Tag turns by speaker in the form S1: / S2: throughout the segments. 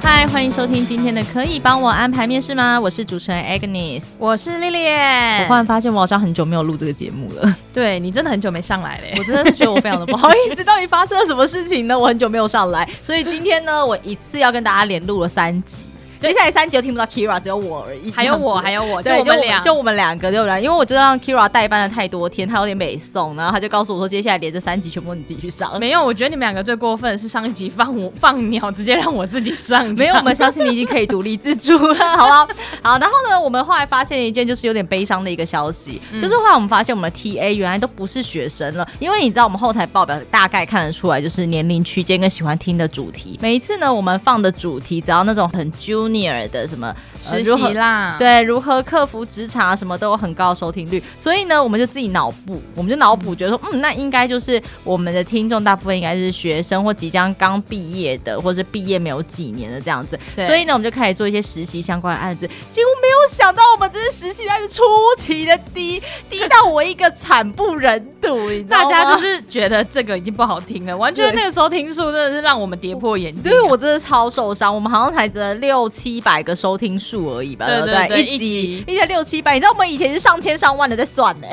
S1: 嗨，欢迎收听今天的《可以帮我安排面试吗》？我是主持人 Agnes。
S2: 我是丽丽
S1: 我
S2: 耶
S1: 忽，然发现我好像很久没有录这个节目了，
S2: 对你真的很久没上来嘞
S1: 我。真的是觉得我非常的不好意思。到底发生了什么事情呢？我很久没有上来，所以今天呢，我一次要跟大家连录了三集。 接下来三集都听不到 Kira，只有我而已。
S2: 还有我，还
S1: 有。
S2: 有我，就
S1: 对，
S2: 我
S1: 就
S2: 们
S1: 我
S2: 俩，
S1: 就我们两个，对不对？因为我就让 Kira 代班了太多天，他有点美送，然后他就告诉我说，接下来连这三集全部都你自己去上。
S2: 没有。我觉得你们两个最过分的是上一集放我放鸟，直接让我自己上。
S1: 没有， 我们相信你已经可以独立自主了，好不好？好，然后呢，我们后来发现一件就是有点悲伤的一个消息，
S2: 嗯
S1: 就是后来我们发现我们的 TA 原来都不是学生了，因为你知道我们后台报表大概看得出来，就是年龄区间跟喜欢听的主题。每一次呢，我们放的主题只要那种很 junior 的什么呃
S2: 实
S1: 如何
S2: 习啦，，
S1: 对，如何克服职场啊，什么都有很高的收听率。所以呢，我们就自己脑补，我们就脑补，觉得说，嗯，那应该就是我们的听众大部分应该是学生或即将刚毕业的，或是毕业没有几年的这样子。
S2: 对
S1: 所以呢，我们就开始做一些实习相关的案子。结果没有想到，我们这些实习案是出奇的低，低到我一个惨不忍睹，你知道
S2: 大
S1: 吗？
S2: 家就。是觉得这个已经不好听了，完全
S1: 对
S2: 那个时候听数真的是让我们跌破眼
S1: 因
S2: 镜啊。
S1: 为 我真的超受伤，我们好像才只能六七百个收听数而已吧，
S2: 对
S1: 不
S2: 对对
S1: 一
S2: 一
S1: 集
S2: 集
S1: 一集才六七百，你知道我们以前是上千上万的在算呢、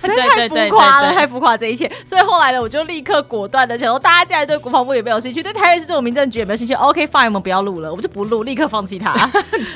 S1: 所以太
S2: 对对
S1: 浮
S2: 对
S1: 夸
S2: 对
S1: 了，
S2: 对
S1: 太浮夸这一切。所以后来呢，我就立刻果断的想说，大家既然对国防部有没有兴趣，对台北市政府民政局有没有兴趣？OK fine，我们不要录了，我们就不录，立刻放弃它。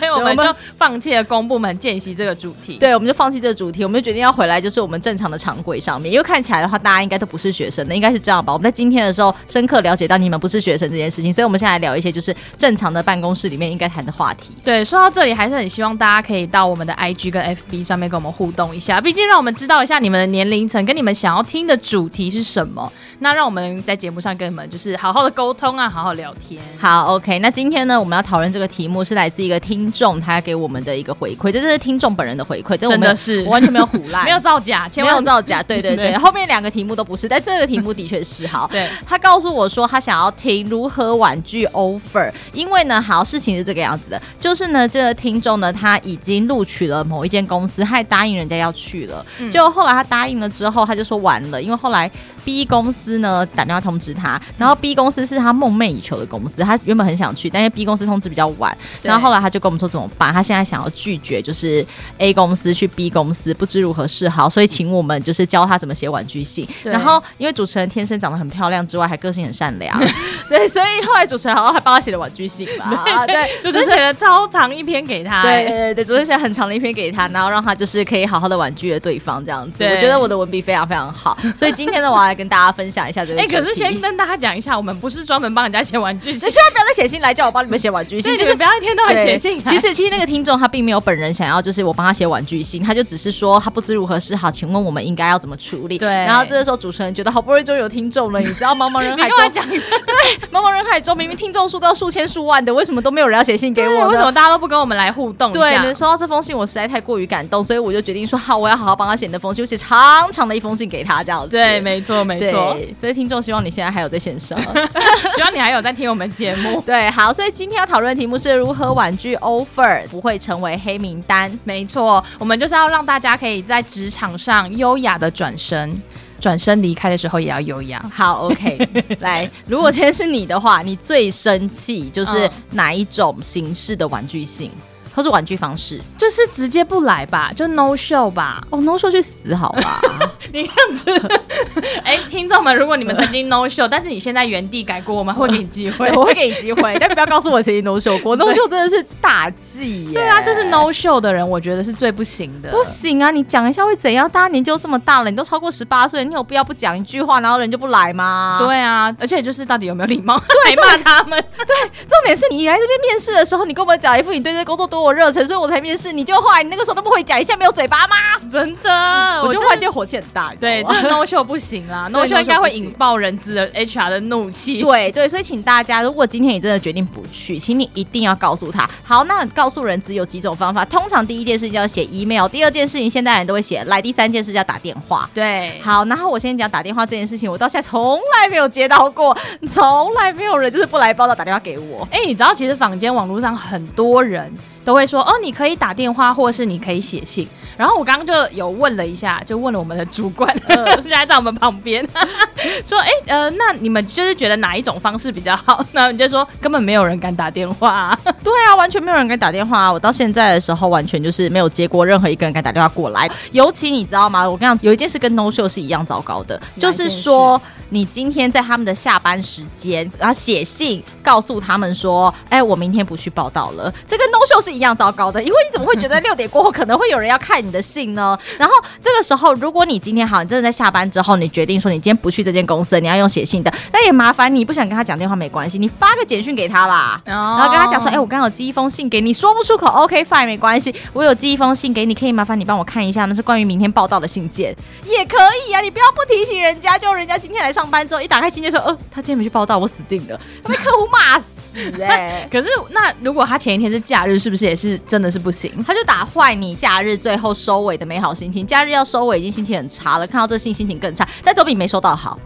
S2: 所以我
S1: 对我
S2: 们
S1: 们
S2: 就放弃了公部门见习这个主题。
S1: 对，我们就放弃这个主题，我们就决定要回来就是我们正常的常规上面。因为看起来的话，大家应该都不是学生的，应该是这样吧？我们在今天的时候深刻了解到你们不是学生这件事情，所以我们现在来聊一些就是正常的办公室里面应该谈的话题。
S2: 对，说到这里，还是很希望大家可以到我们的 IG 跟 FB 上面跟我们互动一下，毕竟让我们知道一下你们的年龄层跟你们想要听的主题是什么。那让我们在节目上跟你们就是好好的沟通啊，好好聊天。
S1: 好，OK，那今天呢，我们要讨论这个题目是来自一个听众他给我们的一个回馈，这是听众本人的回馈，这我
S2: 真
S1: 没有
S2: 的是
S1: 我完全没有胡乱，
S2: 没有造假，千
S1: 没有
S2: 万
S1: 造假，对对对，
S2: 对
S1: 后面两个题目都不是，但这个题目的确是好。
S2: 对
S1: 他告诉我说，他想要听如何婉拒 offer，因为呢，好，事情是这个样子的，就是呢，这个听众呢，他已经录取了某一间公司，他还答应人家要去了，结果后来他答应了之后，他就说完了，因为后来 B 公司呢打电话通知他，然后 B 公司是他梦寐以求的公司，他原本很想去，但是 B 公司通知比较晚，
S2: 对
S1: 然后后来他就跟我们说怎么办，他现在想要拒绝，就是 A 公司去 B 公司，不知如何是好，所以请我们就是教他怎么写婉拒信。
S2: 对
S1: 然后因为主持人天生长得很漂亮之外，还个性很善 良，对，所以后来主持人好像还帮他写了婉拒信吧， 对，
S2: 就是写了超长一篇给他、
S1: 对
S2: 哎
S1: 对对对，昨天写很长的一篇给他，然后让他就是可以好好的婉拒了对方这样子。
S2: 对
S1: 我觉得我的文笔非常非常好，所以今天呢，我要来跟大家分享一下这个
S2: 哎、
S1: 主题。
S2: 可是先跟大家讲一下，我们不是专门帮人家写玩具，
S1: 你千万不要再写信来叫我帮你们写婉拒
S2: 所
S1: 信，
S2: 以
S1: 就
S2: 你
S1: 是
S2: 们不要一天到晚
S1: 对
S2: 写信来。
S1: 其实其实那个听众他并没有本人想要，就是我帮他写婉拒信，他就只是说他不知如何是好，请问我们应该要怎么处理？
S2: 对
S1: 然后这个时候主持人觉得好不容易终于有听众了，你知道 茫茫人
S2: 你
S1: 海
S2: 跟
S1: 中
S2: 我，讲一下，
S1: 茫茫人海中明明听众数都要数千数万的，为什么都没有人要写信给我呢？嗯
S2: 为什么大家都不跟我们来互动一
S1: 对，
S2: 下？
S1: 能收到这封信，我实在太过于感动，所以我就决定说好，我要好好帮他写那封信，我写长长的一封信给他，这样子。
S2: 对，没错，没
S1: 对
S2: 错。。
S1: 所以听众希望你现在还有在线上。
S2: 希望你还有在听我们节目。
S1: 对，好，所以今天要讨论的题目是如何婉拒 offer 不会成为黑名单。
S2: 没错，我们就是要让大家可以在职场上优雅的转身。转身离开的时候也要优雅。
S1: 好，OK，来， 如果今天是你的话，你最生气就是
S2: 嗯
S1: 哪一种形式的玩具性，或是玩具方式？
S2: 就是直接不来吧，就 no show 吧。
S1: 哦，no show 去死好吧？
S2: 你这样子， 哎、听众们，如果你们曾经 no show，但是你现在原地改过，我们会给你机会
S1: 对。我会给你机会，但不要告诉我曾经 no show 过，no show 真的是大忌耶。
S2: 对啊，就是 no show 的人，我觉得是最不行的。
S1: 不行啊！你讲一下会怎样？大家年纪都这么大了，你都超过十八岁，你有必要不讲一句话，然后人就不来吗？
S2: 对啊，而且就是到底有没有礼貌， 对，骂他们。
S1: 重点是你来这边面试的时候，你跟我们讲一副你对这工作多有热忱，所以我才面试你。就后来你那个时候都不会讲一下没有嘴巴吗？
S2: 真的，
S1: 我
S2: 我
S1: 就
S2: 就
S1: 忽然间火气很大，你知道
S2: 对
S1: 吗
S2: 这个 no show 不行 啦
S1: 对
S2: 啊，no show 应
S1: no
S2: 该
S1: show 不
S2: 会
S1: 行
S2: 引爆人资的 HR 的怒气。
S1: 对对，所以请大家，如果今天你真的决定不去，请你一定要告诉他。好，那告诉人只有几种方法，通常第一件事情要写 email，第二件事情现代人都会写来，第三件事叫打电话。
S2: 对，
S1: 好，然后我先讲打电话这件事情，我到现在从来没有接到过，从来没有人就是不来报道打电话给我。
S2: 哎、你知道其实坊间网络上很多人都会说，哦，你可以打电话，或是你可以写信。然后我刚刚就有问了一下，就问了我们的主管， 现在在我们旁边， 说，哎、呃，那你们就是觉得哪一种方式比较好？ 然后你就说，根本没有人敢打电话、
S1: 对啊，完全没有人敢打电话、啊。我到现在的时候，完全就是没有接过任何一个人敢打电话过来。尤其你知道吗？我跟你讲，有一件事跟 No Show 是一样糟糕的，
S2: 哪
S1: 就
S2: 一件事
S1: 是说你今天在他们的下班时间，然后写信告诉他们说：“哎、我明天不去报道了。”这跟 No Show 是一样糟糕的，因为你怎么会 觉得六点过后可能会有人要看你的信呢？然后这个时候，如果你今天好，你真的在下班之后，你决定说你今天不去这间公司，你要用写信的，那也麻烦你不想跟他讲电话没关系，你发个简讯给他吧。
S2: 然
S1: 然后跟他讲说，哎、我刚好寄一封信给你，说不出口，OK fine，没关系，我有寄一封信给你，可以麻烦你帮我看一下，那是关于明天报道的信件，也可以啊，你不要不提醒人家，就人家今天来上班之后，一打开信件说，呃，他今天没去报道，我死定了，他被客户骂死 哎、
S2: 可是那如果他前一天是假日，是不是也是真的是不行？
S1: 他就打坏你假日最后收尾的美好心情。假日要收尾，已经心情很差了，看到这信心情更差，但总比没收到好。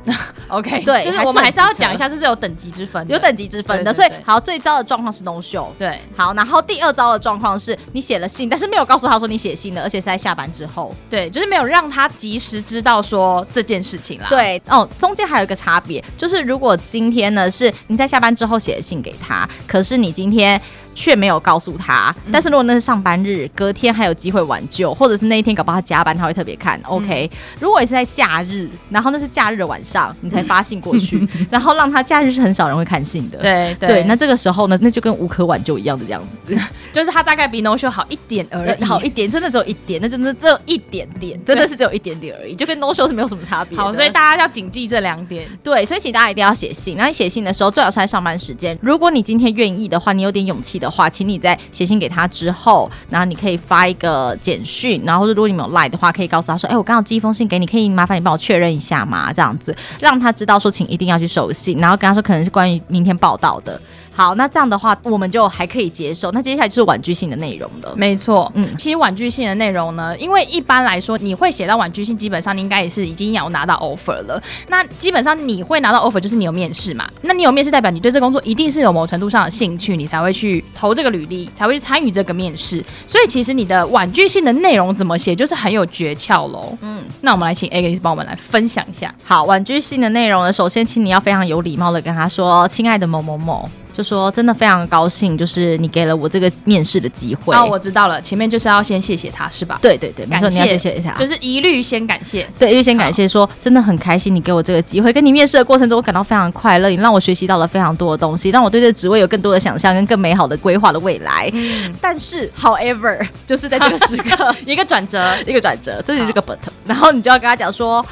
S2: OK，
S1: 对
S2: 就是
S1: 还是
S2: 我们还是要
S1: 很机车
S2: 讲一下，这是有等级之分的，
S1: 有等级之分的，
S2: 对对
S1: 所以
S2: 对
S1: 好，最糟的状况是 no show。
S2: 对。
S1: 好，然后第二招的状况是你写了信，但是没有告诉他说你写信了，而且是在下班之后。
S2: 对，就是没有让他及时知道说这件事情啦。，
S1: 对哦，中间还有一个差别，就是如果今天呢是你在下班之后写的信给他，可是你今天。却没有告诉他，
S2: 嗯
S1: 但是如果那是上班日，隔天还有机会挽救，或者是那一天搞不好他加班，他会特别
S2: 嗯
S1: 看。OK，、如果你是在假日，然后那是假日的晚上，你才发信过 去，然后让他假日是很少人会看信的。
S2: 对对
S1: 那这个时候呢，那就跟无可挽救一样的样子，
S2: 就是他大概比 No Show 好一点而已。
S1: 好一点，真的只有一点，那真的只有一点点，真的是只有一点点而已，就跟 no show 是没有什么差别的。
S2: 好，所以大家要谨记这两点。
S1: 对，所以请大家一定要写信。那你写信的时候，最好是在上班时间。如果你今天愿意的话，你有点勇气的话，请你在写信给他之后，然后你可以发一个简讯，然后如果你们有 line 的话，可以告诉他说：“哎、我刚好寄一封信给你，可以麻烦你帮我确认一下吗？”这样子让他知道说，请一定要去收信，然后跟他说可能是关于明天报道的。好，那这样的话，我们就还可以接受。那接下来就是婉拒信的内容了。
S2: 没错，
S1: 嗯
S2: 嗯，其实婉拒信的内容呢，因为一般来说你会写到婉拒信，基本上你应该也是已经有拿到 offer 了。那基本上你会拿到 offer 就是你有面试嘛，那你有面试代表你对这工作一定是有某程度上的兴趣，你才会去投这个履历，才会去参与这个面试。所以其实你的婉拒信的内容怎么写，就是很有诀窍喽。
S1: 嗯
S2: 嗯，那我们来请 Agnes 帮我们来分享一下。
S1: 好，婉拒信的内容呢，首先，请你要非常有礼貌的跟他说：“亲爱的某某某。”就说真的非常高兴，就是你给了我这个面试的机会。
S2: 哦，我知道了，前面就是要先谢谢他，是吧？
S1: 对对对，没啊错，
S2: 感
S1: 你
S2: 谢
S1: 要谢谢一下。
S2: 就是一律先感谢。
S1: 对，预先感谢说，真的很开心你给我这个机会，跟你面试的过程中，我感到非常快乐，你让我学习到了非常多的东西，让我对这个职位有更多的想象跟更美好的规划的未来。但是，however，就是在这个时刻，
S2: 嗯 一个转折，
S1: 一个转折，这就是个 but。然后你就要跟他讲说，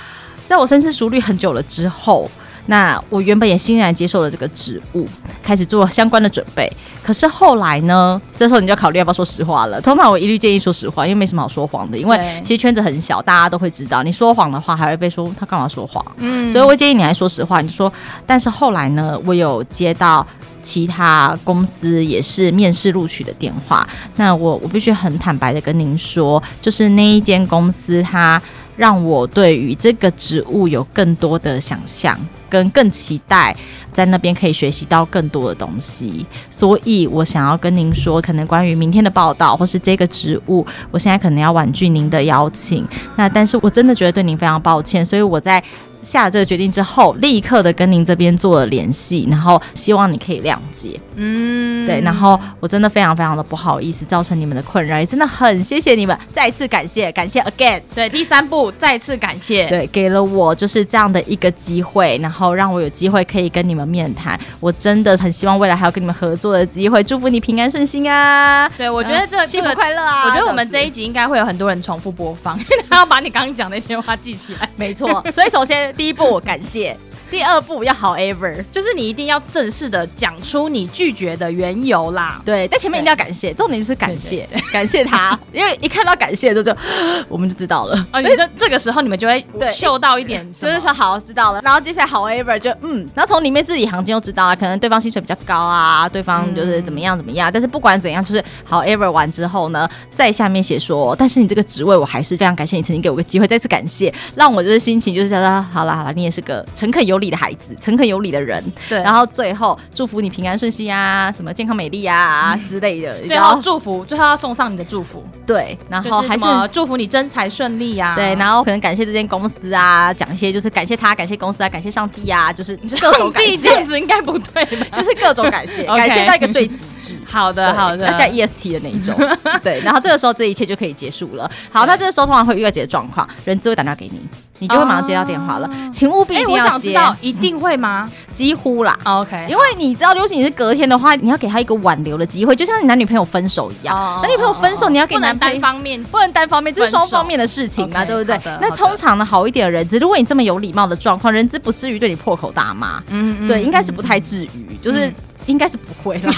S1: 在我深思熟虑很久了之后，那我原本也欣然接受了这个职务，开始做相关的准备。可是后来呢，这时候你就要考虑要不要说实话了。通常我一律建议说实话，因为没什么好说谎的，因为
S2: 对
S1: 其实圈子很小，大家都会知道，你说谎的话还会被说他干嘛说谎。
S2: 嗯
S1: 所以我会建议你来说实话，你就说，但是后来呢，我有接到其他公司也是面试录取的电话，那我我必须很坦白的跟您说，就是那一间公司它让我对于这个职务有更多的想象。跟更期待在那边可以学习到更多的东西。所以我想要跟您说，可能关于明天的报道或是这个职务，我现在可能要婉拒您的邀请。那但是我真的觉得对您非常抱歉，所以我在。下了这个决定之后，立刻的跟您这边做了联系，然后希望你可以谅解，
S2: 嗯，
S1: 对，然后我真的非常非常的不好意思，造成你们的困扰，也真的很谢谢你们，再次感谢，感谢 again。
S2: 对第三步再次感谢，
S1: 对，给了我就是这样的一个机会，然后让我有机会可以跟你们面谈。我真的很希望未来还有跟你们合作的机会，祝福你平安顺心啊！
S2: 对我觉得这个
S1: 幸
S2: 这
S1: 福
S2: 个
S1: 快乐啊！
S2: 我觉得我们
S1: 样子
S2: 这一集应该会有很多人重复播 放，因为他要把你刚刚讲那些话记起来。
S1: 没错， 所以首先第一步感谢，第二步要好 ever。
S2: 就是你一定要正式的讲出你拒绝的缘由啦。
S1: 对，但前面一定要感谢，重点就是感谢，感谢他，因为一看到感谢就就 我们就知道了，
S2: 啊，你这这个时候你们就会
S1: 对
S2: 嗅到一点什
S1: 所
S2: 么，
S1: 哎以说好知道了，然后接下来好 ever 就嗯，然后从里面字里行间就知道啊，可能对方薪水比较高啊，对方就是怎么样怎么样，但是不管怎样，就是好 ever 完之后呢，在下面写说，但是你这个职位我还是非常感谢你曾经给我个机会，再次感谢，让我就是心情就是觉得好啦好啦，你也是个诚恳有礼的孩子，诚恳有礼的人，
S2: 对
S1: 然后最后祝福你平安顺心啊，什么健康美丽啊之类 的，
S2: 最
S1: 然
S2: 后
S1: 后
S2: 祝福，最后要送上你的祝福，
S1: 对，然
S2: 就
S1: 后
S2: 是
S1: 还是
S2: 什么祝福你真财顺利啊。
S1: 对，然后可能感谢这间公司啊，讲一些就是感谢他，感谢公司啊，感谢上帝啊，就是各种
S2: 上
S1: 感
S2: 帝这样
S1: 谢，
S2: 子应该不对吧？
S1: 就是各种感谢，
S2: OK
S1: 感谢到一个最极致。
S2: 好的，好的
S1: 要，加 EST E 的那 一种，对，然后这个时候这一切就可以结束了。好，那这个时候通常会遇到几个状况，人资会打电话给你，你就会马上接到电话了，
S2: 哦
S1: 请务必一
S2: 哎，
S1: 定
S2: 我
S1: 要
S2: 想知
S1: 接，
S2: 道一定 会吗哦
S1: 几乎啦，
S2: ？OK，
S1: 因为你知道，如果你是隔天的话，你要给他一个挽留的机会，就像你男女朋友分手一样，
S2: 哦
S1: 男女朋友分手你要给
S2: 不能
S1: 男朋友
S2: 单方面
S1: 不能单方面，这是
S2: 分手
S1: 双方面的事情嘛，
S2: OK，
S1: 对不对
S2: 好的？
S1: 那
S2: 好的
S1: 通常呢，好一点的人资，如果你这么有礼貌的状况，人资不至于对你破口大骂，
S2: 嗯
S1: 对，应该是不太至于，就是。应该是不会 啦，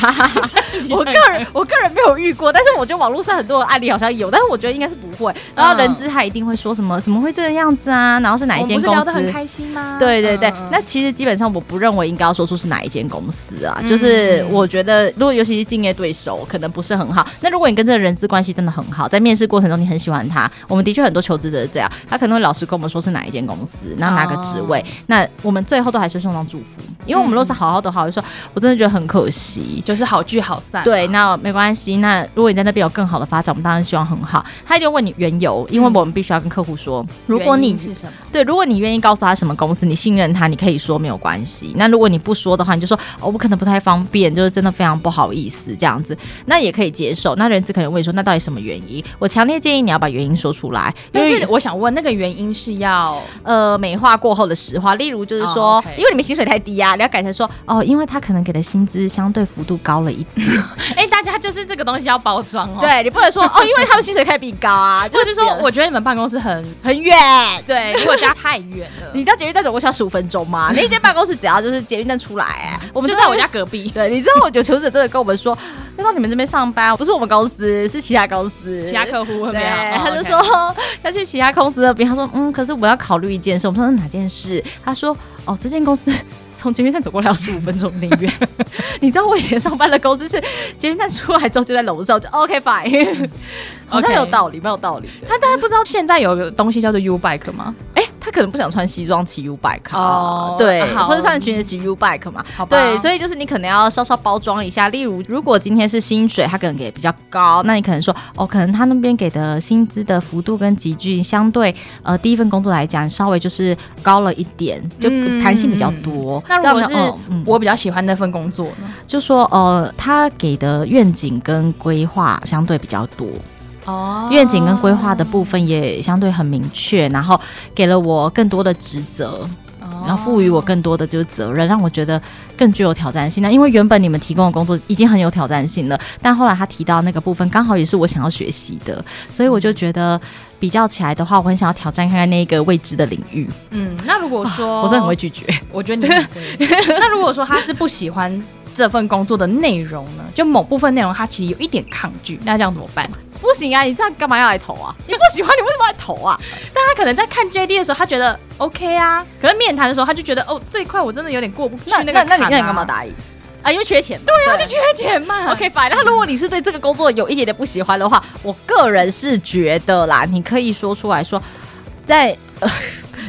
S1: 我个人我个人没有遇过，但是我觉得网络上很多的案例好像有，但是我觉得应该是不会。然后
S2: 嗯
S1: 人资他一定会说什么怎么会这个样子啊？然后是哪一间公
S2: 我们不是
S1: 司？
S2: 聊得很开心吗？
S1: 对对对，
S2: 嗯嗯
S1: 那其实基本上我不认为应该要说出是哪一间公司啊，
S2: 嗯
S1: 就是我觉得如果尤其是竞业对手可能不是很好，那如果你跟这个人资关系真的很好，在面试过程中你很喜欢他，我们的确很多求职者是这样，他可能会老实跟我们说是哪一间公司，然后哪个职位，
S2: 嗯
S1: 那我们最后都还是送上祝福，因为我们若是好好的话，我就说我真的觉得很可惜。
S2: 就是好聚好散。
S1: 对，那没关系。那如果你在那边有更好的发展，我们当然希望很好。他一定会问你缘由，因为我们必须要跟客户说，如果
S2: 嗯原
S1: 你
S2: 因是什么？
S1: 对，如果你愿意告诉他什么公司，你信任他，你可以说没有关系。那如果你不说的话，你就说哦，我可能不太方便，就是真的非常不好意思这样子，那也可以接受。那人资可能问你说，那到底什么原因？我强烈建议你要把原因说出来，
S2: 但
S1: 因
S2: 是
S1: 为
S2: 我想问，那个原因是要
S1: 呃美化过后的实话，例如就是说，
S2: 哦，OK
S1: 因为你们薪水太低呀、你要改成说哦，因为他可能给的薪资相对幅度高了一点，
S2: 哎、大家就是这个东西要包装哦。，
S1: 对你不能说哦，因为他们薪水可以比你高 啊，就
S2: 或者
S1: 是
S2: 说
S1: 说，我
S2: 我觉得你们办公室很
S1: 很远。
S2: 对，离我家太远 了。
S1: 你知道捷运站走过去要十五分钟吗？那一间办公室只要就是捷运站出来、哎，我
S2: 我
S1: 们
S2: 就
S1: 真的
S2: 在我
S1: 会
S2: 家隔壁，
S1: 对，你知道我有求职者真的跟我们说，要到你们这边上班，不是我们公司，是其他公司，
S2: 其他客户会
S1: 对，
S2: 没有。哦
S1: 他就
S2: ，OK
S1: 说、 要去其他公司那边，他说嗯，可是我要考虑一件事，我们说哪件事？他说哦，这间公司从捷运站走过来要十五分钟那么 远，你知道我以前上班的公司是捷运站出来之后就在楼上，就哦 OK fine，好像有道理，没有道理的。
S2: 他大家不知道现在有个东西叫做 U Bike 吗？
S1: 哎、他可能不想穿西装骑 U bike 啊
S2: 哦
S1: 对，
S2: 好
S1: 或者穿裙子骑 U bike 嘛，
S2: 好吧
S1: 对，所以就是你可能要稍稍包装一下。例如，如果今天是薪水，他可能给比较高，那你可能说，哦，可能他那边给的薪资的幅度跟集聚相对，呃，第一份工作来讲，稍微就是高了一点，就
S2: 嗯
S1: 弹性比较多。
S2: 那如果
S1: 这样嗯呢
S2: 是我比较喜欢那份工作呢？
S1: 就说，呃，他给的愿景跟规划相对比较多，
S2: 哦
S1: 愿景跟规划的部分也相对很明确，然后给了我更多的职责。然后赋予我更多的就是责任，让我觉得更具有挑战性。那因为原本你们提供的工作已经很有挑战性了，但后来他提到那个部分，刚好也是我想要学习的，所以我就觉得比较起来的话，我很想要挑战看看那个未知的领域。
S2: 嗯，那如果说
S1: 我真的很会，拒绝。
S2: 我觉得你很会。 那如果说他是不喜欢这份工作的内容呢？就某部分内容他其实有一点抗拒，那这样怎么办？
S1: 不行啊，你这样干嘛要来投啊？你不喜欢，你为什么要来投啊？
S2: 但他可能在看 JD 的时候，他觉得 OK 啊，可是面谈的时候他就觉得哦这一块我真的有点过不去
S1: 那
S2: 个
S1: 那那
S2: 坎
S1: 你
S2: 啊
S1: 那你干嘛？答应？啊，因为缺钱。对啊，就
S2: 缺钱 嘛
S1: OK fine。那如果你是对这个工作有一点点不喜欢的话，我个人是觉得啦，你可以说出来说，在、呃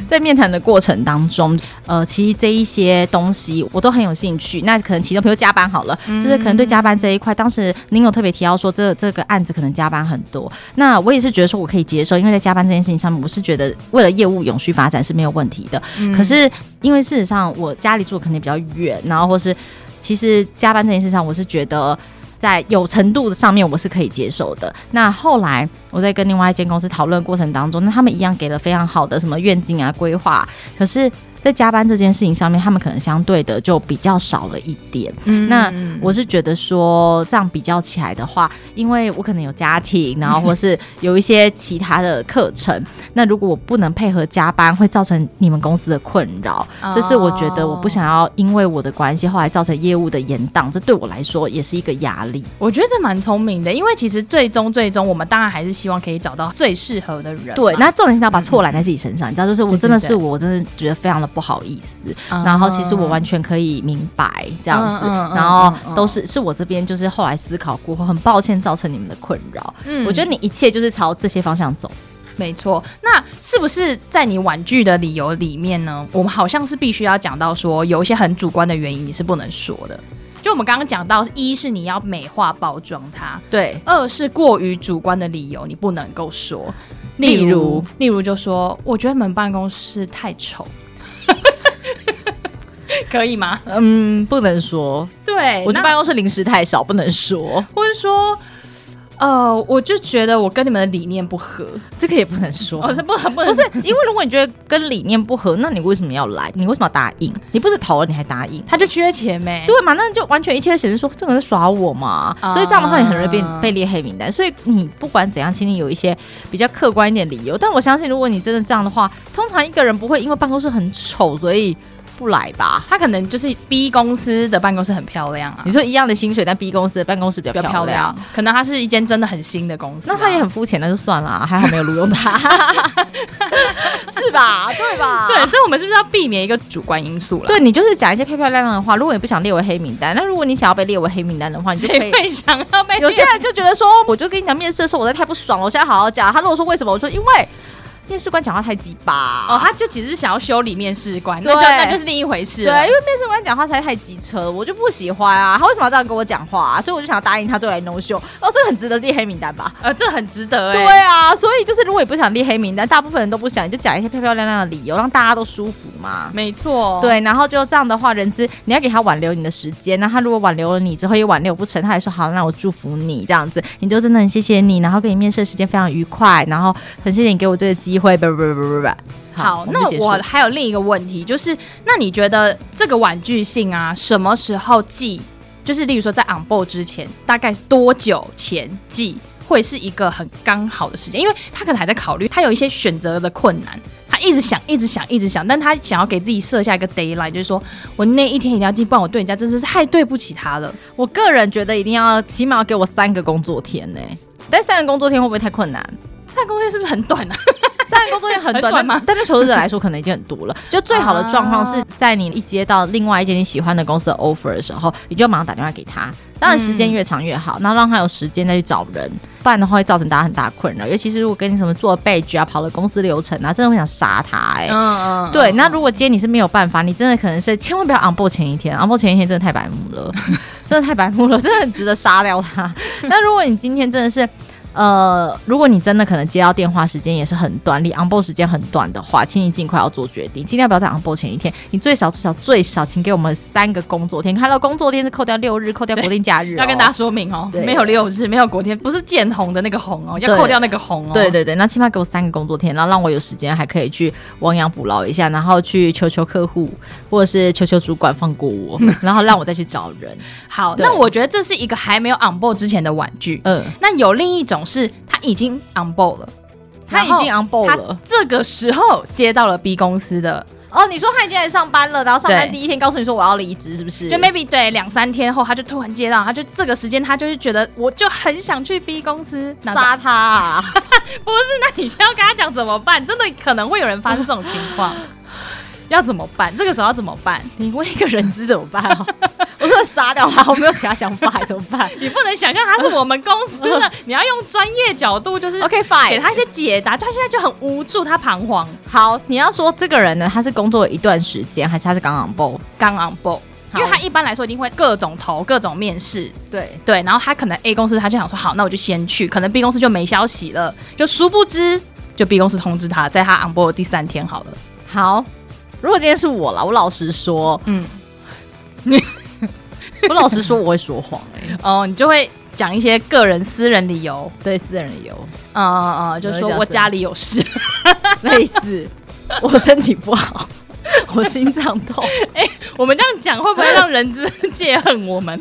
S1: 在面谈的过程当中，呃，其实这一些东西我都很有兴趣。那可能其中，比如加班好了，就是可能对加班这一块，当时您有特别提到说这这个案子可能加班很多，那我也是觉得说我可以接受，因为在加班这件事情上面，我是觉得为了业务永续发展是没有问题的。可是因为事实上我家里住的可能比较远，然后或是其实加班这件事上，我是觉得。在有程度的上面，我是可以接受的。那后来我在跟另外一间公司讨论过程当中，那他们一样给了非常好的什么愿景啊、规划，可是，在加班这件事情上面，他们可能相对的就比较少了一点。
S2: 嗯
S1: 那我是觉得说，这样比较起来的话，因为我可能有家庭，然后或是有一些其他的课 程，那如果我不能配合加班，会造成你们公司的困扰。
S2: 哦
S1: 这是我觉得我不想要因为我的关系，后来造成业务的延宕，这对我来说也是一个压力。
S2: 我觉得这蛮聪明的，因为其实最终最终，我们当然还是希望可以找到最适合的人嘛。
S1: 对，那重点是要把错揽在自己身上，你知道，就是我
S2: 对
S1: 真的
S2: 对
S1: 是我，我真的觉得非常的不好意思。
S2: 嗯
S1: 然后其实我完全可以明白这样子，
S2: 嗯嗯嗯
S1: 然后
S2: 嗯嗯
S1: 都是是我这边就是后来思考过后，很抱歉造成你们的困扰。
S2: 嗯
S1: 我觉得你一切就是朝这些方向走。
S2: 没错，那是不是在你婉拒的理由里面呢？我们好像是必须要讲到说，有一些很主观的原因你是不能说的。就我们刚刚讲到，一是你要美化包装它，
S1: 对，
S2: 二是过于主观的理由你不能够说。
S1: 例如，
S2: 例如就说，我觉得你们办公室太丑， 可以吗？
S1: 嗯，不能说，
S2: 对，
S1: 我觉
S2: 那
S1: 得办公室零食太少，不能说，
S2: 或者说。呃，我就觉得我跟你们的理念不合，
S1: 这个也不能说。
S2: 哦，是不能不
S1: 不
S2: 能
S1: 是，因为如果你觉得跟理念不合，那你为什么要来？你为什么要答应？你不是投了，你还答应？
S2: 他就缺钱呗。
S1: 对嘛？那就完全一切都显示说这个人在耍我嘛，
S2: 啊
S1: 所以这样的话你很容易被被列黑名单。所以你不管怎样，请你有一些比较客观一点理由。但我相信，如果你真的这样的话，通常一个人不会因为办公室很丑所以不来吧？
S2: 他可能就是 B 公司的办公室很漂亮啊，
S1: 你说一样的薪水，但 B 公司的办公室比较
S2: 比较
S1: 漂
S2: 漂
S1: 亮
S2: 亮，，可能他是一间真的很新的公司啊、
S1: 那他也很肤浅，那就算 了，还好没有录用他， 是吧？对吧？
S2: 对，所以我们是不是要避免一个主观因素了？
S1: 对，你就是讲一些漂漂亮亮的话。如果你不想列为黑名单，那如果你想要被列为黑名单的话，你就可以
S2: 谁会想要被
S1: 有些人就觉得说，哦我就跟你讲面试的时候，我在太不爽了，我现在好好讲。他如果说为什么，我说因为面试官讲话太鸡巴。
S2: 哦，他就只是想要修理面试官，那就
S1: 对
S2: 那就是另一回事
S1: 对，因
S2: 了。
S1: 为面试官讲话才太机车，我就不喜欢啊。他为什么要这样跟我讲话、啊？所以我就想答应他对来 no show。哦，这个很值得列黑名单吧？
S2: 呃，这很值得哎、
S1: 对啊，所以就是如果你不想列黑名单，大部分人都不想，你就讲一些漂漂亮亮的理由，让大家都舒服嘛。
S2: 没错，，
S1: 对，然后就这样的话，人资你要给他挽留你的时间，那他如果挽留了你之后也挽留不成，他还说好，那我祝福你这样子，你就真的很谢谢你，然后跟你面试的时间非常愉快，然后很谢谢你给我这个机会，不不不不不，
S2: 好，
S1: 们
S2: 那
S1: 就结束
S2: 我还有另一个问题，就是那你觉得这个婉拒信啊，什么时候寄？就是例如说在 on board 之前，大概多久前寄会是一个很刚好的时间？因为他可能还在考虑，他有一些选择的困难，他一直想，一直想，一直想，但他想要给自己设下一个 d a y l i g h t 就是说我那一天一定要寄，不然我对人家真是太对不起他了。
S1: 我个人觉得一定要起码要给我三个工作天呢、但三个工作天会不会太困难？
S2: 上工作是不是很短啊？
S1: 三个工作天很
S2: 很
S1: 短，
S2: 短吗
S1: 但但对求职者来说可能已经很多了。就最好的状况是在你一接到另外一间你喜欢的公司的 offer 的时候，你就马上打电话给他。当然时间越长越好，然后让他有时间再去找人，不然的话会造成大家很大的困扰。尤其是如果跟你什么做 badge 啊、跑了公司流程啊，真的会想杀他哎、
S2: 嗯 嗯，
S1: 对，那如果今天你是没有办法，你真的可能是千万不要 on board 前一天，on board 前一天真的太白目 了，真的太白目了，真的很值得杀掉他。那如果你今天真的是。呃，如果你真的可能接到电话时间也是很短，离 on board 时间很短的话，请你尽快要做决定，尽量不要在 on board 前一天。你最少最少最少，请给我们三个工作天。看到工作天是扣掉六日，扣掉国定假日、
S2: 要跟大家
S1: 说。
S2: 说明哦，
S1: 对
S2: 没有六日，没有国天，不是见红的那个红哦，要
S1: 对
S2: 扣掉那个红哦。
S1: 对对对，那起码给我三个工作天，然后让我有时间还可以去亡羊补牢一下，然后去求求客户或者是求求主管放过我，然后让我再去找人。
S2: 好，
S1: 对
S2: 那我觉得这是一个还没有 on board 之前的婉拒。
S1: 嗯，
S2: 那有另一种是他已经 on board 了，
S1: 他已经 on
S2: 他
S1: board 了。
S2: 这个时候接到了 B 公司的，
S1: 哦，你说他已经来上班了，然后上班
S2: 对
S1: 第一天告诉你说我要离职，是不是？
S2: 就 maybe 对两三天后，他就突然接到，他就这个时间他就是觉得我就很想去 B 公司，那
S1: 杀他啊、
S2: 不是？那你现在要跟他讲怎么办？真的可能会有人发生这种情况。要怎么办？这个时候要怎么办？
S1: 你问一个人资怎么办啊？我说杀掉他，我没有其他想法，怎么办
S2: 你不能想象他是我们公司 的，你要用专业角度，就是
S1: ？OK
S2: 给
S1: fine。
S2: 他一些解答。就他现在就很无助，他彷徨。
S1: 好，你要说这个人呢，他是工作一段时间，还是他是刚 on board？刚 on board，
S2: 因为他一般来说一定会各种投、各种面试，
S1: 对
S2: 对，然后他可能 A 公司他就想说好，那我就先去，可能 B 公司就没消息了，就殊不知就 B 公司通知他，在他 on board 的第三天好了，
S1: 好。如果今天是我了，我老实说，
S2: 嗯，
S1: 我老实说我会说谎、欸，
S2: 哦，你就会讲一些个人私人理由，
S1: 对私人理由，
S2: 嗯嗯嗯，就说我家里有事，
S1: 类似我身体不好，我心脏 痛。
S2: 我们这样讲会不会让人资 戒恨我们？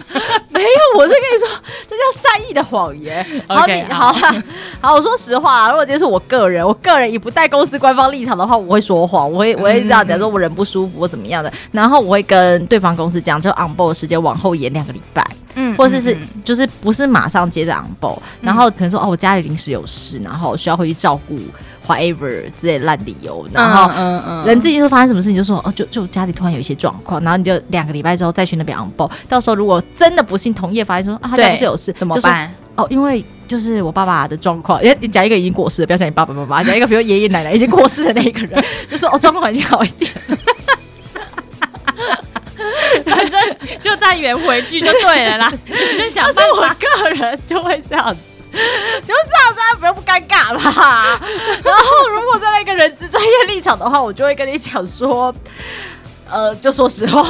S1: 没有，我是跟你说，这叫善意的谎言。好，
S2: OK，
S1: 你好啦，好，我说实话啊，如果今天是我个人，我个人以不带公司官方立场的话，我会说谎，我
S2: 嗯
S1: 会我会这样讲，说我人不舒服，我怎么样的，然后我会跟对方公司讲，就 on board 的时间往后延两个礼拜。
S2: 嗯
S1: 或者是就是不是马上接着 on board，、然后可能说哦，我家里临时有事，然后需要回去照顾 whatever 之类的烂理由，然后
S2: 嗯嗯
S1: 人自己说发生什么事，你就说哦，就就家里突然有一些状况，然后你就两个礼拜之后再去那边 on board。到时候如果真的不幸同业发现说啊，他家
S2: 对
S1: 不是有事，
S2: 怎么
S1: 就说？
S2: 办？
S1: 哦，因为就是我爸爸的状况，因为你讲一个已经过世了，不要讲你爸爸妈妈，讲一个比如爷爷奶奶已经过世的那一个人， 就说哦，状况已经好一点。
S2: 反正就再圆回去就对了 啦，你就想
S1: 但是
S2: 办
S1: 我
S2: 法。
S1: 个人就会这样子。就这样子，大家不用不尴尬 吧。然后，如果站在一个人资专业立场的话，我就会跟你讲说，呃，就说实话，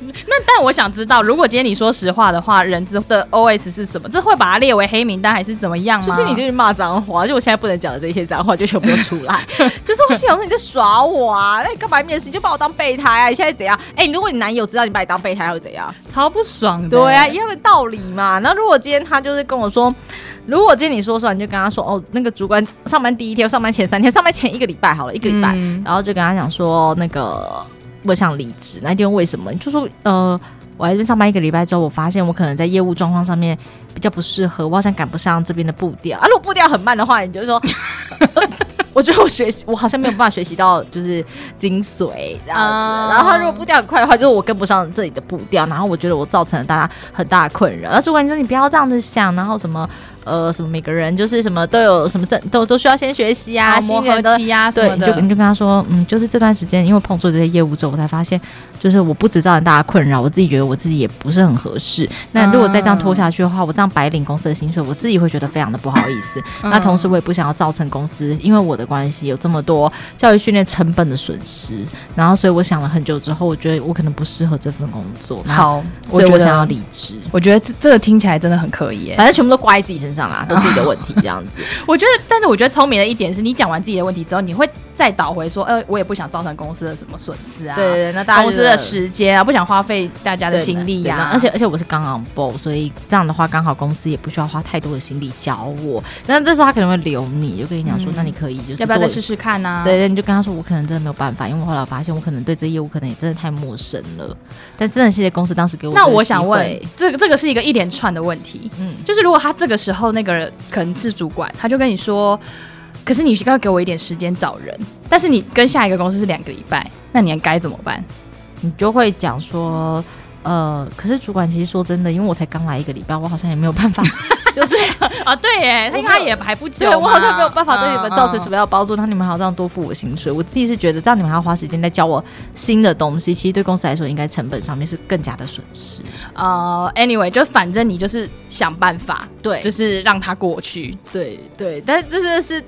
S2: 那但我想知道，如果今天你说实话的话，人资的 OS 是什么？这会把它列为黑名单还是怎么样 吗？
S1: 就是你就是骂脏话，就我现在不能讲的这些脏话就全部都出来。 就是我心想说你在耍我啊，那你干嘛面试？你就把我当备胎啊？你现在怎样？哎、如果你男友知道你把你当备胎，会怎样？
S2: 超不爽的。
S1: 对啊，一样的道理嘛。那如果今天他就是跟我说，如果今天你说出来，你就跟他说哦，那个主管上班第一天、上班前三天、上班前一个礼拜好了，一个礼拜，
S2: 嗯
S1: 然后就跟他讲说哦那个我想离职，那一天为什么？你就说呃。我来这边上班一个礼拜之后，我发现我可能在业务状况上面比较不适合，我好像赶不上这边的步调。啊，如果步调很慢的话，你就说， 我觉得我学习，我好像没有办法学习到就是精髓这样子。
S2: 啊
S1: 然后他如果步调很快的话，就是我跟不上这里的步调，然后我觉得我造成了大家很大的困扰。然后主管就说你不要这样子想，然后什么呃什么每个人就是什么都有什么证都都需要先学习啊，
S2: 啊，
S1: 新
S2: 磨
S1: 人
S2: 合
S1: 的
S2: 期啊什
S1: 对，
S2: 么
S1: 你就你
S2: 的。
S1: 就跟他说，嗯，就是这段时间，因为碰触这些业务之后，我才发现，就是我不止造成大家困扰，我自己觉得我自己也不是很合适。那如果再这样拖下去的话，我这样白领公司的薪水，我自己会觉得非常的不好意思。那同时，我也不想要造成公司因为我的关系有这么多教育训练成本的损失。然后，所以我想了很久之后，我觉得我可能不适合这份工作。，
S2: 好，
S1: 所以
S2: 觉
S1: 我
S2: 得
S1: 想要离职。
S2: 我觉得这这个听起来真的很可疑耶。
S1: 反正全部都怪在自己身上啦，都自己的问题这样子。
S2: 我觉得，但是我觉得聪明的一点是你讲完自己的问题之后，你会再倒回说，呃，我也不想造成公司的什么损失啊，
S1: 对对对，那大家
S2: 公
S1: 觉
S2: 司
S1: 得
S2: 的时间啊，不想花费大家的
S1: 对
S2: 心力啊呀、
S1: 对那而且而且我是刚 on board，所以这样的话刚好公司也不需要花太多的心力教我。那这时候他可能会留你，就跟你讲说，
S2: 嗯
S1: 那你可以就是
S2: 要不要再试
S1: 试？
S2: 试看呢、啊？
S1: 对对，你就跟他说，我可能真的没有办法，因为我后来发现我可能对这业务可能也真的太陌生了。但真的谢谢公司当时给我这
S2: 那
S1: 个机会。
S2: 我想问，这个这个是一个一连串的问题，
S1: 嗯，
S2: 就是如果他这个时候那个人可能是主管，他就跟你说，可是你需要给我一点时间找人，但是你跟下一个公司是两个礼拜，那你该怎么 办？
S1: 你就会讲说，呃，可是主管其实说真的，因为我才刚来一个礼拜，我好像也没有办法，就是
S2: 啊，对耶，
S1: 我没有
S2: 他应该也还不久
S1: 对
S2: 嘛，
S1: 我好像没有办法对你们造成
S2: 嗯
S1: 什么样的帮助，那、你们还要这样多付我薪水，我自己是觉得这样你们还要花时间在教我新的东西，其实对公司来说应该成本上面是更加的损失。
S2: 呃，anyway，就反正你就是想办法，
S1: 嗯对
S2: 就是是让他过去。
S1: 对对，但是这真的是。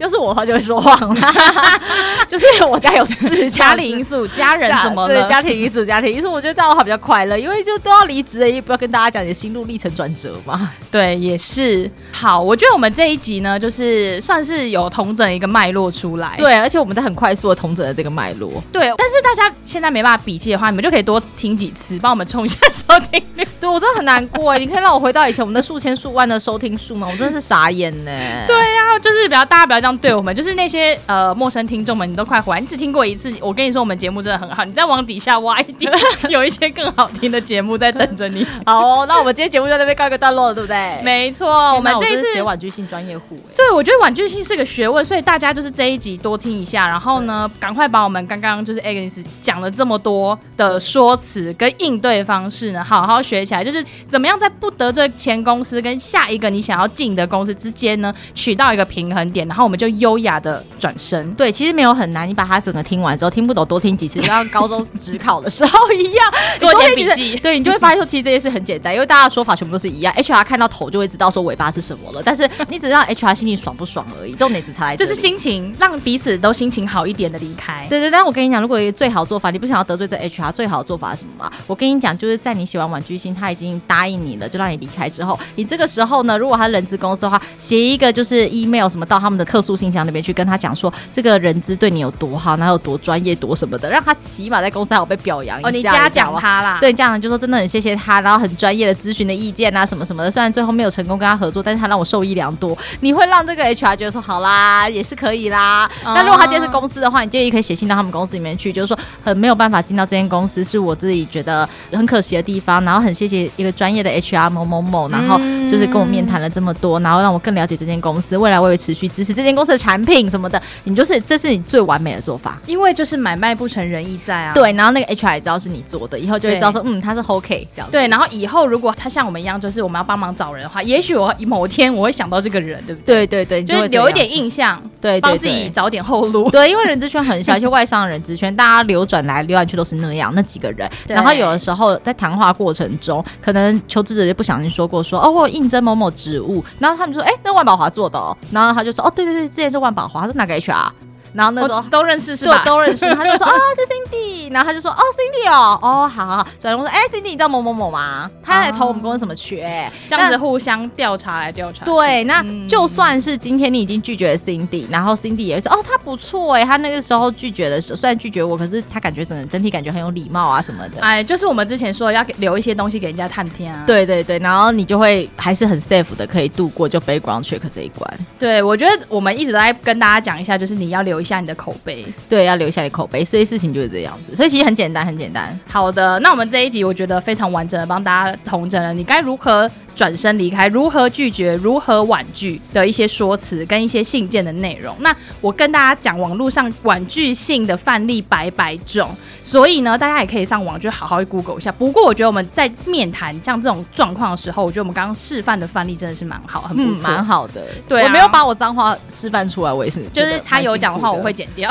S1: 要是我的话就会说谎 啦，就是我家有事，
S2: 家
S1: 里
S2: 里因素，家人怎么
S1: 对
S2: 了？
S1: 家庭因素，家庭因素，我觉得这样的话比较快乐，因为就都要离职了，也不要跟大家讲你的心路历程转折嘛。
S2: 对，也是。好，我觉得我们这一集呢，就是算是有同整一个脉络出来。
S1: 对，而且我们在很快速的同整了这个脉络。
S2: 对，但是大家现在没办法笔记的话，你们就可以多听几次，帮我们冲一下收听率。
S1: 对 我真的很难过哎，你可以让我回到以前我们的数千数万的收听数吗？我真的是傻眼呢。
S2: 对呀、我要就是不要大家不要这样对我们，就是那些呃陌生听众们，你都快回哎来，你只听过一次，我跟你说我们节目真的很好，你再往底下挖一点， 有一些更好听的节目在等着你。
S1: 好哦，那我们今天节目就在那边告一个段落了，对不对？
S2: 没错，我
S1: 我
S2: 们
S1: 们
S2: 这
S1: 这
S2: 一
S1: 一
S2: 次
S1: 次写婉居性专业户、欸，
S2: 对，我觉得婉拒性是个学问，所以大家就是这一集多听一下，然后呢，赶快把我们刚刚就是 Agnes 讲了这么多的说辞跟应对方式呢，好好学起来，就是怎么样在不得罪前公司跟下一个你想要进的公司之间呢，取到一个平衡点，然后我们就优雅的转身。
S1: 对，其实没有很难，你把它整个听完之后，听不懂多听几次，就像高中职考的时候一样，你
S2: 做
S1: 多
S2: 点
S1: 听几
S2: 笔
S1: 次
S2: 记
S1: 对你就会发现说，其实这件事很简单，因为大家的说法全部都是一样。HR 看到头就会知道说尾巴是什么了，但是你只让 HR 心里爽不爽而已，重点只差在这
S2: 就
S1: 里
S2: 是心情，让彼此都心情好一点的离开。
S1: 对对，但我跟你讲，如果有最好做法，你不想要得罪这 HR，最好的做法是什么吗？我跟你讲，就是在你写完婉拒信，他已经答应你了，就让你离开之后，你这个时候呢，如果他是人资公司的话，写一个就是 email 什么到他们的客诉信箱那边去，跟他讲说这个人资对你有多好，哪有多专业多什么的，让他起码在公司还有被表扬一下。
S2: 哦，你嘉
S1: 知道
S2: 奖
S1: 吗
S2: 他啦。
S1: 对，家长就说真的很谢谢他，然后很专业的咨询的意见啊，什么什么的。虽然最后没有成功跟他合作，但是他让我受益良多。你会让这个 HR 觉得说好啦，也是可以啦。
S2: 哦
S1: 那如果他今天是公司的话，你建议可以写信到他们公司里面去，就是说很没有办法进到这间公司，是我自己觉得很可惜的地方。然后很谢谢一个专业的 HR 某某某，然后就是跟我面谈了这么多，然后让我更了解这间公司，未来我也会持续支持这间公司的产品什么的。你就是这是你最完美的做法。
S2: 因为就是买卖不成仁义在啊。
S1: 对，然后那个 HR 也知道是你做的，以后就会
S2: 对
S1: 知道说，嗯，他是 OK 这样子。
S2: 对，然后以后如果他像我们一样，就是我们要帮忙找人的话，也许我某天我会想到这个人，对不对？
S1: 对对对，你
S2: 就是
S1: 会这
S2: 留一
S1: 样
S2: 点印象，
S1: 对，对
S2: 帮自己
S1: 对
S2: 找点后路。
S1: 对，因为人资圈很小，一些外商的人资圈，大家流转来流转去都是那样，那几个人。
S2: 对
S1: 然后有的时候在谈话过程中，可能求职者就不小心说过说，哦，我有应征某某职务，然后他们说，哎，那万宝华做的哦，然后他就说，哦，对对对，之前是万宝华，他说哪个 HR？然后那时候
S2: 哦 都认识是
S1: 对，
S2: 吧？
S1: 都认识。他就说 啊、是 Cindy，然后他就说哦，Cindy 哦，哦，好好好。转头说，哎、c i n d y 你知道某某某吗？他来投我们公司什么缺、
S2: 这样子互相调查来调查去。
S1: 对，那
S2: 嗯
S1: 就算是今天你已经拒绝了 Cindy，然后 Cindy 也会说哦，他不错哎、他那个时候拒绝的时候，虽然拒绝我，可是他感觉整个整体感觉很有礼貌啊什么的。
S2: 哎，就是我们之前说要给留一些东西给人家探听啊。
S1: 对对对，然后你就会还是很 safe 的，可以度过就 background check 这一关。
S2: 对，我觉得我们一直都在跟大家讲一下，就是你要留一下你的口碑。
S1: 对，要留下你口碑，所以事情就是这样子。所以其实很简单，很简单。
S2: 好的，那我们这一集我觉得非常完整的帮大家统整了你该如何转身离开、如何拒绝、如何婉拒的一些说辞跟一些信件的内容。那我跟大家讲，网络上婉拒信的范例百百种，所以呢，大家也可以上网就好好 Google 一下。不过我觉得我们在面谈像这种状况的时候，我觉得我们刚刚示范的范例真的是蛮好，很不
S1: 嗯，
S2: 错。
S1: 蛮好的。
S2: 对啊
S1: 我没有把我脏话示范出来，我也是觉
S2: 就
S1: 得蛮辛苦的。
S2: 是他有讲的话，我会剪 掉。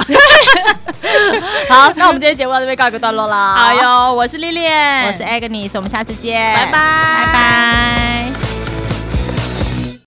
S1: 好。那我们今天节目到这边告一个段落啦。
S2: 好，哟，我是丽丽，
S1: 我是 Agnes，我们下次见，
S2: 拜拜
S1: 拜拜。